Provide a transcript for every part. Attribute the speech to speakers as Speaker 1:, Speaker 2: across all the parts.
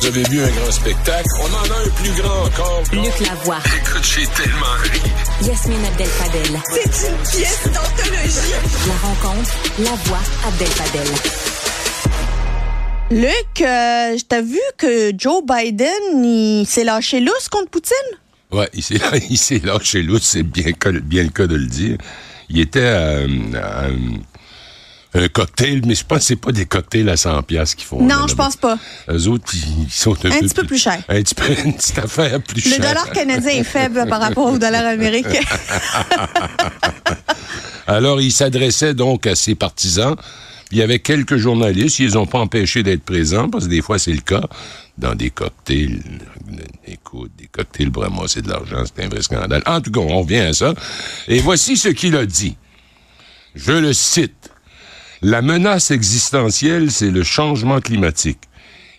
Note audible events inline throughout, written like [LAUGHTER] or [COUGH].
Speaker 1: Vous avez vu un grand spectacle? On en a un plus grand encore.
Speaker 2: Luc Lavoie.
Speaker 1: Écoute, j'ai tellement ri.
Speaker 2: Yasmine Abdel-Fadel.
Speaker 3: C'est une pièce d'anthologie.
Speaker 2: La rencontre, la voix Abdel-Fadel.
Speaker 3: Luc, euh, t'as vu que Joe Biden, il s'est lâché lousse contre Poutine?
Speaker 1: Ouais, il s'est, [LAUGHS] il s'est lâché l'autre, c'est bien, que- bien le cas de le dire. Il était euh, euh, un cocktail, mais je pense que c'est pas des cocktails à 100 piastres qu'ils font.
Speaker 3: non,
Speaker 1: là,
Speaker 3: je
Speaker 1: là-bas.
Speaker 3: pense pas.
Speaker 1: Eux autres, ils sont un,
Speaker 3: Un petit peu plus chers.
Speaker 1: Un petit peu, [LAUGHS] une petite affaire plus
Speaker 3: Le
Speaker 1: chère.
Speaker 3: dollar canadien est faible par rapport au dollar
Speaker 1: [LAUGHS]
Speaker 3: américain.
Speaker 1: Alors, il s'adressait donc à ses partisans. Il y avait quelques journalistes, ils les ont pas empêchés d'être présents, parce que des fois, c'est le cas, dans des cocktails. Écoute, des cocktails pour amasser de l'argent, c'est un vrai scandale. En tout cas, on revient à ça. Et voici ce qu'il a dit. Je le cite. La menace existentielle, c'est le changement climatique.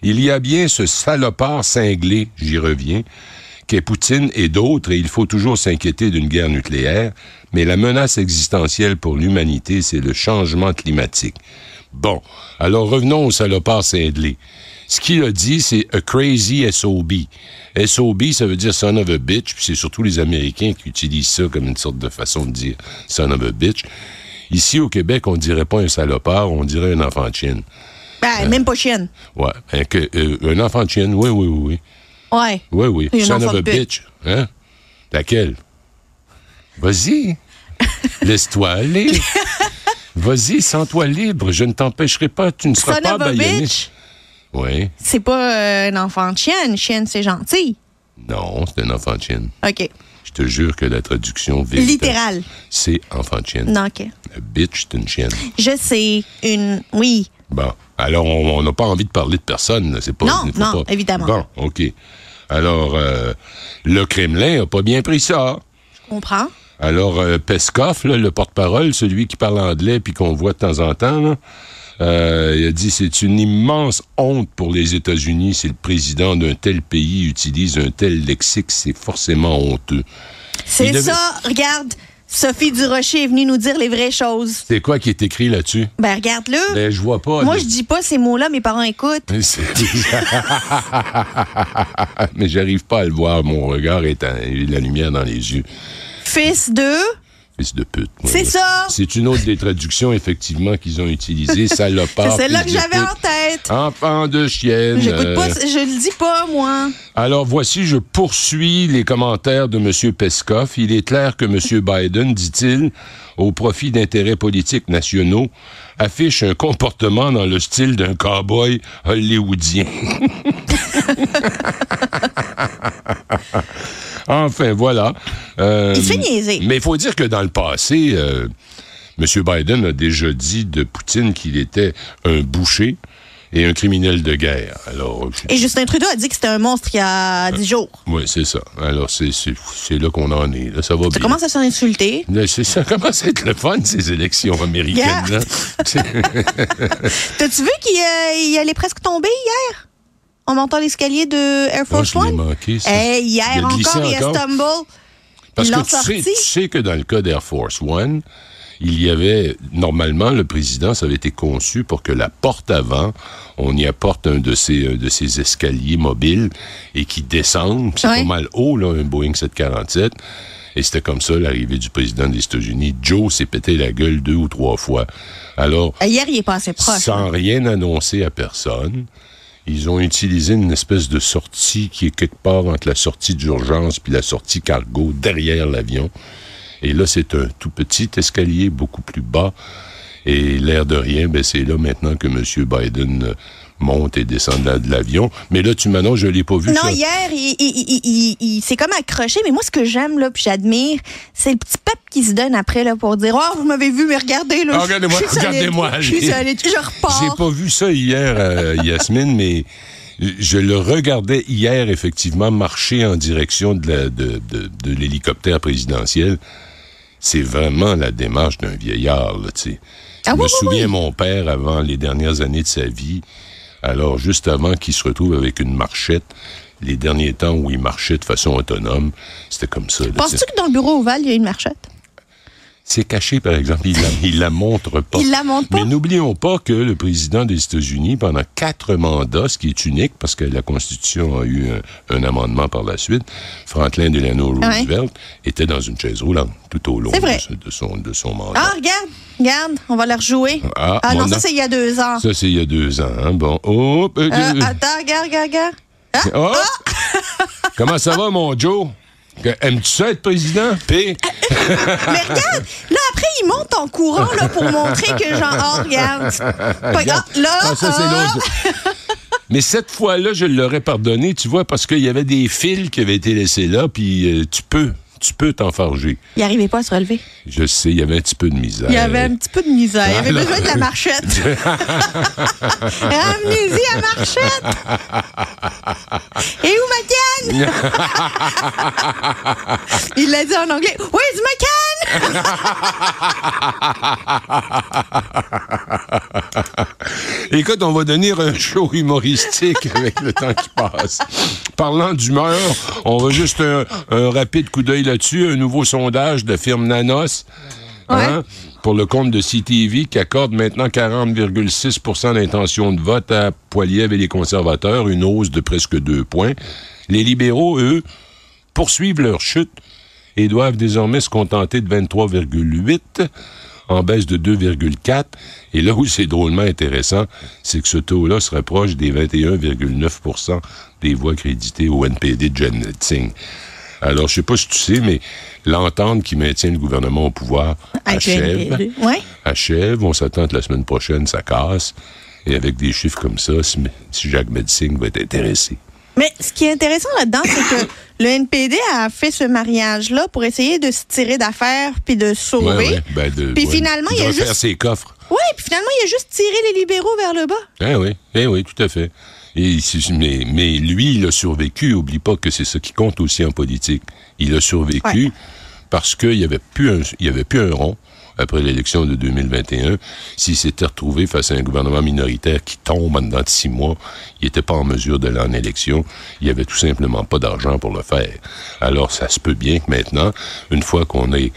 Speaker 1: Il y a bien ce salopard cinglé, j'y reviens, qu'est Poutine et d'autres, et il faut toujours s'inquiéter d'une guerre nucléaire, mais la menace existentielle pour l'humanité, c'est le changement climatique. Bon, alors revenons au salopard cinglé. Ce qu'il a dit, c'est a crazy SOB. SOB, ça veut dire son of a bitch, puis c'est surtout les Américains qui utilisent ça comme une sorte de façon de dire son of a bitch. Ici, au Québec, on dirait pas un salopard, on dirait un enfant de chienne.
Speaker 3: Ben, même pas chienne.
Speaker 1: Ouais, un, que- euh, un enfant de chienne, oui, oui, oui, oui.
Speaker 3: Ouais.
Speaker 1: Oui, oui.
Speaker 3: Et un
Speaker 1: Son
Speaker 3: enfant
Speaker 1: of a
Speaker 3: de
Speaker 1: bitch. Hein? Laquelle?
Speaker 3: [LAUGHS]
Speaker 1: Vas-y. Laisse-toi aller. Vas-y, sens-toi libre. Je ne t'empêcherai pas. Tu ne
Speaker 3: Son
Speaker 1: seras pas
Speaker 3: of a
Speaker 1: baïonné.
Speaker 3: bitch,
Speaker 1: Oui.
Speaker 3: c'est pas euh, un enfant de chienne. Chienne, c'est gentil.
Speaker 1: Non, c'est un enfant de chienne.
Speaker 3: OK.
Speaker 1: Je te jure que la traduction véritable,
Speaker 3: Littéral.
Speaker 1: c'est enfant de chienne.
Speaker 3: Non, OK.
Speaker 1: La bitch, c'est une chienne.
Speaker 3: Je sais, une. Oui.
Speaker 1: Bon. Alors, on on n'a pas envie de parler de personne. là. C'est pas,
Speaker 3: Non,
Speaker 1: faut
Speaker 3: non,
Speaker 1: pas-
Speaker 3: évidemment.
Speaker 1: Bon, OK. Alors, euh, le Kremlin n'a pas bien pris ça.
Speaker 3: Je comprends.
Speaker 1: Alors, euh, Peskov, là, le porte-parole, celui qui parle anglais puis qu'on voit de temps en temps, là, euh, il a dit c'est une immense honte pour les États-Unis si le président d'un tel pays utilise un tel lexique, c'est forcément honteux.
Speaker 3: C'est
Speaker 1: Il devait-
Speaker 3: ça. Regarde, Sophie Durocher est venue nous dire les vraies choses.
Speaker 1: C'est quoi qui est écrit là-dessus
Speaker 3: Ben, regarde-le.
Speaker 1: Ben je vois pas.
Speaker 3: Moi,
Speaker 1: là.
Speaker 3: je dis pas ces mots-là, mes parents écoutent.
Speaker 1: [LAUGHS] C'est- Mais j'arrive pas à le voir, mon regard est en- la lumière dans les yeux.
Speaker 3: Fils de.
Speaker 1: Fils de pute. moi,
Speaker 3: C'est
Speaker 1: là.
Speaker 3: ça.
Speaker 1: C'est une autre des traductions, effectivement, qu'ils ont
Speaker 3: [LAUGHS]
Speaker 1: utilisée. Salopard.
Speaker 3: C'est celle-là que
Speaker 1: fils de
Speaker 3: j'avais
Speaker 1: pute.
Speaker 3: en tête.
Speaker 1: Enfant de chienne.
Speaker 3: J'écoute pas,
Speaker 1: Euh,
Speaker 3: je le dis pas, moi.
Speaker 1: Alors voici, je poursuis les commentaires de M. Peskov. Il est clair que M. Biden, dit-il, au profit d'intérêts politiques nationaux, affiche un comportement dans le style d'un cow-boy hollywoodien. enfin, voilà. Euh,
Speaker 3: Il se fait niaiser.
Speaker 1: Mais il faut dire que dans le passé, euh, M. Biden a déjà dit de Poutine qu'il était un boucher et un criminel de guerre. Alors, je-
Speaker 3: Et Justin Trudeau a dit que c'était un monstre il y a 10 jours.
Speaker 1: oui, c'est ça. Alors, c'est- c'est c'est là qu'on en est. Là, ça va
Speaker 3: Ça
Speaker 1: bien.
Speaker 3: commence à s'insulter.
Speaker 1: Là, c'est ça [LAUGHS] commence à être le fun, ces élections américaines.
Speaker 3: [LAUGHS]
Speaker 1: là. C'est-
Speaker 3: T'as-tu vu qu'il euh, il allait presque tomber hier? En montant l'escalier de Air
Speaker 1: Oh,
Speaker 3: Force
Speaker 1: je l'ai
Speaker 3: One?
Speaker 1: manqué, ça.
Speaker 3: Hey,
Speaker 1: Il
Speaker 3: hier
Speaker 1: a glissé
Speaker 3: encore, il y a
Speaker 1: encore.
Speaker 3: Stumble.
Speaker 1: Parce
Speaker 3: Ils
Speaker 1: que
Speaker 3: l'ont
Speaker 1: tu sais,
Speaker 3: sorti.
Speaker 1: tu sais que dans le cas d'Air Force One, il y avait, normalement, le président, ça avait été conçu pour que la porte avant, on y apporte un de ces, un de ces escaliers mobiles et qui descendent. C'est
Speaker 3: Ouais.
Speaker 1: pas mal haut, là, un Boeing 747. Et c'était comme ça l'arrivée du président des États-Unis. Joe s'est pété la gueule deux ou trois fois. Alors,
Speaker 3: Euh, Hier, il est passé proche.
Speaker 1: sans rien annoncer à personne. Ils ont utilisé une espèce de sortie qui est quelque part entre la sortie d'urgence puis la sortie cargo derrière l'avion. Et là, c'est un tout petit escalier beaucoup plus bas. Et l'air de rien, ben, c'est là maintenant que M. Biden euh, monte et descend de la- de l'avion. Mais là, tu m'annonces, je l'ai pas vu.
Speaker 3: Non,
Speaker 1: ça.
Speaker 3: hier, il, il- il- il- il- il s'est comme accroché, mais moi, ce que j'aime, là, puis j'admire, c'est le petit pep qui se donne après, là, pour dire, oh, vous m'avez vu, mais regardez, là.
Speaker 1: Ah, regardez-moi,
Speaker 3: je suis solide,
Speaker 1: regardez-moi,
Speaker 3: Je suis
Speaker 1: allez.
Speaker 3: solide, je
Speaker 1: J'ai
Speaker 3: repars.
Speaker 1: pas vu ça hier,
Speaker 3: [LAUGHS]
Speaker 1: euh, Yasmine, mais je le regardais hier, effectivement, marcher en direction de la- de- de- de l'hélicoptère présidentiel. C'est vraiment la démarche d'un vieillard, là, tu sais.
Speaker 3: Ah
Speaker 1: je
Speaker 3: oui,
Speaker 1: me
Speaker 3: oui,
Speaker 1: souviens, mon père, avant les dernières années de sa vie, alors juste avant qu'il se retrouve avec une marchette, les derniers temps où il marchait de façon autonome, c'était comme ça. là, tu sais.
Speaker 3: Penses-tu que dans le bureau ovale, il y a une marchette?
Speaker 1: C'est caché, par exemple. Il la, il la montre pas.
Speaker 3: Il la montre pas.
Speaker 1: Mais n'oublions pas que le président des États-Unis, pendant quatre mandats, ce qui est unique parce que la Constitution a eu un, un amendement par la suite, Franklin Delano
Speaker 3: Ouais.
Speaker 1: Roosevelt était dans une chaise roulante tout au long
Speaker 3: C'est vrai.
Speaker 1: de, ce- de son, de son mandat.
Speaker 3: Ah, regarde, regarde, on va le rejouer.
Speaker 1: Ah,
Speaker 3: non,
Speaker 1: mon
Speaker 3: ça,
Speaker 1: a-
Speaker 3: c'est il y a deux ans.
Speaker 1: Ça, c'est il y a deux ans. hein. Bon, oh, euh,
Speaker 3: Euh, ah,
Speaker 1: euh,
Speaker 3: attends, regarde, regarde, regarde.
Speaker 1: oh! Comment ça va, mon Joe? Que- Aimes-tu ça être président? P?
Speaker 3: Mais regarde, là, après, il monte en courant là, pour montrer que, genre, oh, regarde. c'est Pas grave. Là,
Speaker 1: Ah, ça, c'est
Speaker 3: ah. [LAUGHS]
Speaker 1: l'autre. Mais cette fois-là, je l'aurais pardonné, tu vois, parce qu'il y avait des fils qui avaient été laissés là, puis euh, tu peux, tu peux t'enfarger.
Speaker 3: il n'arrivait pas à se relever.
Speaker 1: Je sais, il y avait un petit peu de misère.
Speaker 3: Il y avait un petit peu de misère. Il avait
Speaker 1: Alors-
Speaker 3: besoin de la marchette. [LAUGHS] Ramenez-y à marchette. Et où [LAUGHS] ma canne? Il l'a dit en anglais. Where's my canne?
Speaker 1: Écoute, on va donner un show humoristique [LAUGHS] avec le temps qui passe. Parlant d'humeur, on va juste un, un rapide coup d'œil là-dessus. Un nouveau sondage de firme Nanos hein, pour le compte de CTV qui accorde maintenant 40,6 d'intention de vote à Poiliev et les conservateurs, une hausse de presque deux points. Les libéraux, eux, poursuivent leur chute et doivent désormais se contenter de 23,8 en baisse de 2,4. Et là où c'est drôlement intéressant, c'est que ce taux-là se rapproche des 21,9 des voix créditées au NPD de Janet Singh. Alors, je sais pas si tu sais, mais l'entente qui maintient le gouvernement au pouvoir
Speaker 3: Avec le
Speaker 1: achève.
Speaker 3: NPD, ouais.
Speaker 1: Achève. On s'attend que la semaine prochaine, ça casse. Et avec des chiffres comme ça, si si Jacques Medsing va être intéressé.
Speaker 3: Mais ce qui est intéressant là-dedans, c'est que le NPD a fait ce mariage-là pour essayer de se tirer d'affaires puis de se sauver.
Speaker 1: Ouais, ouais. Ben, de-
Speaker 3: Puis
Speaker 1: ouais,
Speaker 3: finalement, il
Speaker 1: de
Speaker 3: a
Speaker 1: refaire
Speaker 3: juste-
Speaker 1: ses coffres.
Speaker 3: Oui, puis finalement, il a juste tiré les libéraux vers le bas.
Speaker 1: Eh oui, eh oui, tout à fait. Et, c'est- mais, mais lui, il a survécu. Oublie pas que c'est ce qui compte aussi en politique. Il a survécu
Speaker 3: Ouais.
Speaker 1: parce qu'il n'y avait, plus un- il y avait plus un rond après l'élection de 2021. S'il s'était retrouvé face à un gouvernement minoritaire qui tombe en dedans de six mois, il n'était pas en mesure de l'en élection. Il n'y avait tout simplement pas d'argent pour le faire. Alors, ça se peut bien que maintenant, une fois qu'on est...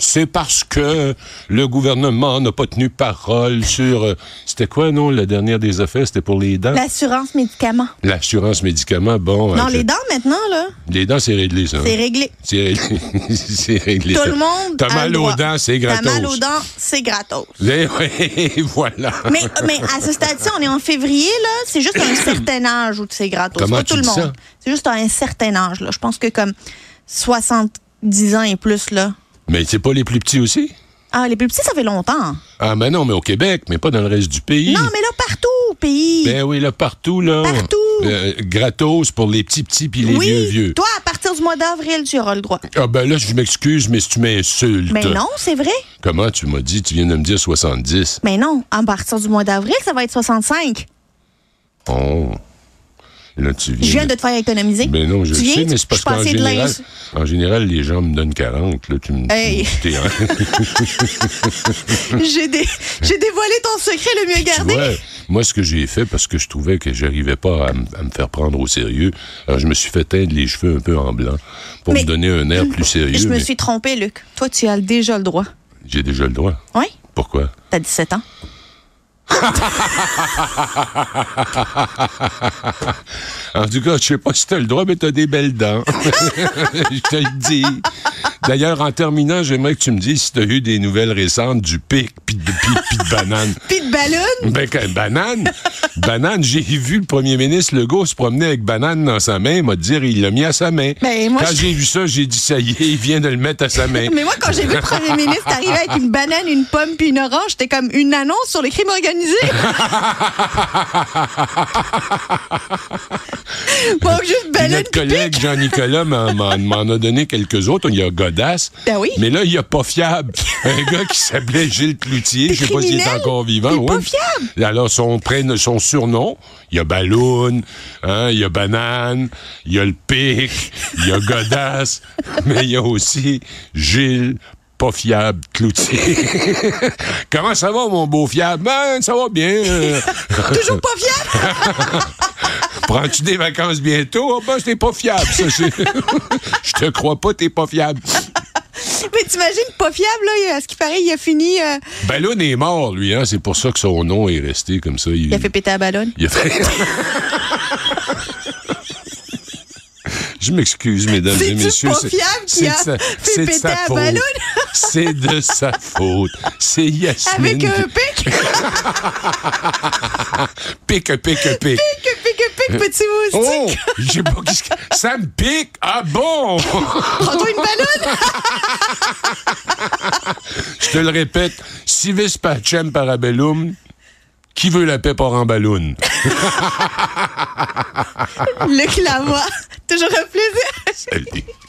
Speaker 1: C'est parce que le gouvernement n'a pas tenu parole sur... euh, C'était quoi, non, la dernière des affaires? C'était pour les dents?
Speaker 3: L'assurance médicaments.
Speaker 1: L'assurance médicaments, bon...
Speaker 3: Non,
Speaker 1: euh,
Speaker 3: les dents maintenant, là,
Speaker 1: les dents, c'est réglé, ça. hein?
Speaker 3: c'est réglé.
Speaker 1: C'est [LAUGHS] réglé. c'est réglé.
Speaker 3: Tout le monde.
Speaker 1: T'as
Speaker 3: a
Speaker 1: mal
Speaker 3: le
Speaker 1: aux
Speaker 3: droit.
Speaker 1: dents, c'est gratos.
Speaker 3: T'as mal aux dents, c'est gratos.
Speaker 1: Eh oui, [LAUGHS] voilà.
Speaker 3: Mais, mais à ce stade-ci, on est en février, là. C'est juste un certain âge où c'est gratos.
Speaker 1: Comment
Speaker 3: pas
Speaker 1: tu
Speaker 3: tout le
Speaker 1: dis ça?
Speaker 3: monde. C'est juste un certain âge, là. Je pense que comme 70 ans et plus, là.
Speaker 1: Mais c'est pas les plus petits aussi?
Speaker 3: Ah, les plus petits, ça fait longtemps.
Speaker 1: Ah, ben non, mais au Québec, mais pas dans le reste du pays.
Speaker 3: Non, mais là, partout au pays.
Speaker 1: Ben oui, là, partout, là.
Speaker 3: Partout.
Speaker 1: Euh, gratos pour les petits-petits puis les
Speaker 3: oui,
Speaker 1: vieux-vieux.
Speaker 3: toi, à partir du mois d'avril, tu auras le droit.
Speaker 1: Ah, ben là, je m'excuse, mais si tu m'insultes.
Speaker 3: Mais non, c'est vrai.
Speaker 1: Comment tu m'as dit? Tu viens de me dire 70.
Speaker 3: Mais non, à partir du mois d'avril, ça va être 65.
Speaker 1: Oh. Là, tu viens.
Speaker 3: Je viens de te faire économiser.
Speaker 1: Ben non, je
Speaker 3: Tu
Speaker 1: le
Speaker 3: viens,
Speaker 1: sais, mais
Speaker 3: tu-
Speaker 1: c'est parce
Speaker 3: je suis
Speaker 1: qu'en
Speaker 3: passée de
Speaker 1: général,
Speaker 3: linge.
Speaker 1: en général, les gens me donnent 40. Là, tu me.
Speaker 3: Hey.
Speaker 1: tu- t'es-
Speaker 3: [LAUGHS]
Speaker 1: [LAUGHS]
Speaker 3: J'ai dé- j'ai dévoilé ton secret le mieux
Speaker 1: Tu
Speaker 3: gardé.
Speaker 1: vois, moi, ce que j'ai fait, parce que je trouvais que j'arrivais pas à, m- à me faire prendre au sérieux, alors je me suis fait teindre les cheveux un peu en blanc pour
Speaker 3: Mais-
Speaker 1: me donner un air plus
Speaker 3: Je
Speaker 1: sérieux.
Speaker 3: me
Speaker 1: mais
Speaker 3: suis trompée, Luc. Toi, tu as déjà le droit.
Speaker 1: J'ai déjà le droit.
Speaker 3: Oui?
Speaker 1: Pourquoi?
Speaker 3: T'as 17 ans.
Speaker 1: En tout cas, je sais pas si t'as le droit, mais t'as des belles dents. [LAUGHS] je te le dis. D'ailleurs, en terminant, j'aimerais que tu me dises si t'as eu des nouvelles récentes du pic, puis de, puis, puis de banane.
Speaker 3: Puis de ballon.
Speaker 1: Ben, que- banane, banane, j'ai vu le premier ministre Legault se promener avec banane dans sa main, il m'a dit, il l'a mis à sa main.
Speaker 3: Ben, moi,
Speaker 1: Quand
Speaker 3: je-
Speaker 1: j'ai vu ça, j'ai dit, ça y est, il vient de le mettre à sa main.
Speaker 3: [LAUGHS] Mais moi, quand j'ai vu le premier ministre arriver avec une banane, une pomme puis une orange, c'était comme une annonce sur le
Speaker 1: [LAUGHS]
Speaker 3: crime organisé. bon, juste
Speaker 1: Puis
Speaker 3: ballon.
Speaker 1: notre collègue Jean-Nicolas m'en- m'en m'en a donné quelques autres. Il y a Godas.
Speaker 3: Ben oui.
Speaker 1: Mais là, il n'y a pas fiable. [LAUGHS] Un gars qui s'appelait Gilles Cloutier. Je sais pas s'il est
Speaker 3: criminel.
Speaker 1: encore vivant.
Speaker 3: T'es pas
Speaker 1: oui.
Speaker 3: fiable.
Speaker 1: Alors, son prénom, son surnom, il y a Balloon, hein, il y a Banane, il y a le Pic, il y a Godas, [LAUGHS] mais il y a aussi Gilles pas fiable, Cloutier. [LAUGHS] Comment ça va, mon beau fiable? Ben, ça va bien. euh,
Speaker 3: Toujours pas fiable.
Speaker 1: Prends-tu des vacances [LAUGHS] bientôt? Ah ben, t'es pas fiable, ça. c'est- Je te crois pas, t'es pas fiable.
Speaker 3: Mais t'imagines, pas fiable, là, à ce qui paraît, il a fini. euh,
Speaker 1: Ballon Ben, est mort, lui, hein? C'est pour ça que son nom est resté comme ça.
Speaker 3: il a fait péter la ballonne.
Speaker 1: Il a fait- [LAUGHS] Je m'excuse, mesdames et
Speaker 3: C'est-tu
Speaker 1: messieurs.
Speaker 3: pas fiable qui a fait
Speaker 1: c'est de
Speaker 3: péter
Speaker 1: sa
Speaker 3: un
Speaker 1: faute.
Speaker 3: ballon?
Speaker 1: C'est de sa faute. C'est Yasmine.
Speaker 3: Avec
Speaker 1: qui-
Speaker 3: un pic, pic,
Speaker 1: Pique, pique, pique.
Speaker 3: pic, pic, petit
Speaker 1: Oh!
Speaker 3: moustique.
Speaker 1: J'ai pas. qu'est-ce que- Ça me pique! Ah bon?
Speaker 3: Prends-toi une ballonne.
Speaker 1: [LAUGHS] Je te le répète, civis pacem parabellum, qui veut la paix part en ballon?
Speaker 3: Le clavois. Toujours un plaisir.
Speaker 1: Salut.